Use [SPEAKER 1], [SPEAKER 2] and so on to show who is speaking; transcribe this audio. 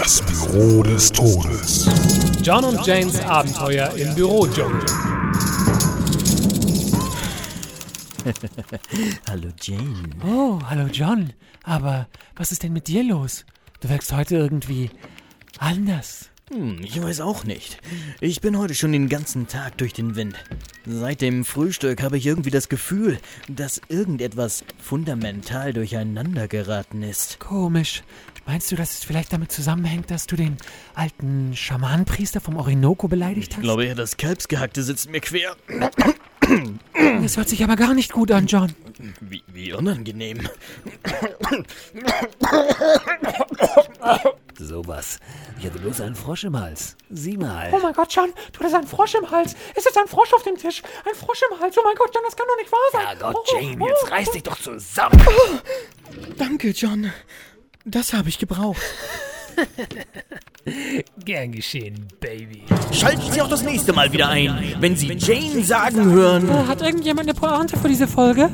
[SPEAKER 1] Büro des Todes.
[SPEAKER 2] John und Janes Abenteuer im Bürodschungel.
[SPEAKER 3] Hallo Jane.
[SPEAKER 2] Oh, hallo John. Aber was ist denn mit dir los? Du wirkst heute irgendwie anders.
[SPEAKER 3] Hm, ich weiß auch nicht. Ich bin heute schon den ganzen Tag durch den Wind. Seit dem Frühstück habe ich irgendwie das Gefühl, dass irgendetwas fundamental durcheinander geraten ist.
[SPEAKER 2] Komisch. Meinst du, dass es vielleicht damit zusammenhängt, dass du den alten Schamanenpriester vom Orinoco beleidigt hast?
[SPEAKER 3] Ich glaube ja, das Kalbsgehackte sitzt mir quer.
[SPEAKER 2] Das hört sich aber gar nicht gut an, John. Oh
[SPEAKER 3] Wie, wie unangenehm.
[SPEAKER 4] Sowas. Ich hatte bloß einen Frosch im Hals. Sieh mal.
[SPEAKER 5] Oh mein Gott, John, du hast einen Frosch im Hals. Es ist ein Frosch auf dem Tisch. Ein Frosch im Hals. Oh mein Gott, John, das kann doch nicht wahr sein.
[SPEAKER 4] Ja, Gott, Jane,
[SPEAKER 2] Oh,
[SPEAKER 4] jetzt reiß dich doch zusammen.
[SPEAKER 6] Danke, John. Das habe ich gebraucht.
[SPEAKER 2] Gern geschehen, Baby.
[SPEAKER 3] Schalten Sie auch das nächste Mal wieder ein, wenn Sie Jane sagen hören.
[SPEAKER 5] Hat irgendjemand eine Pointe für diese Folge?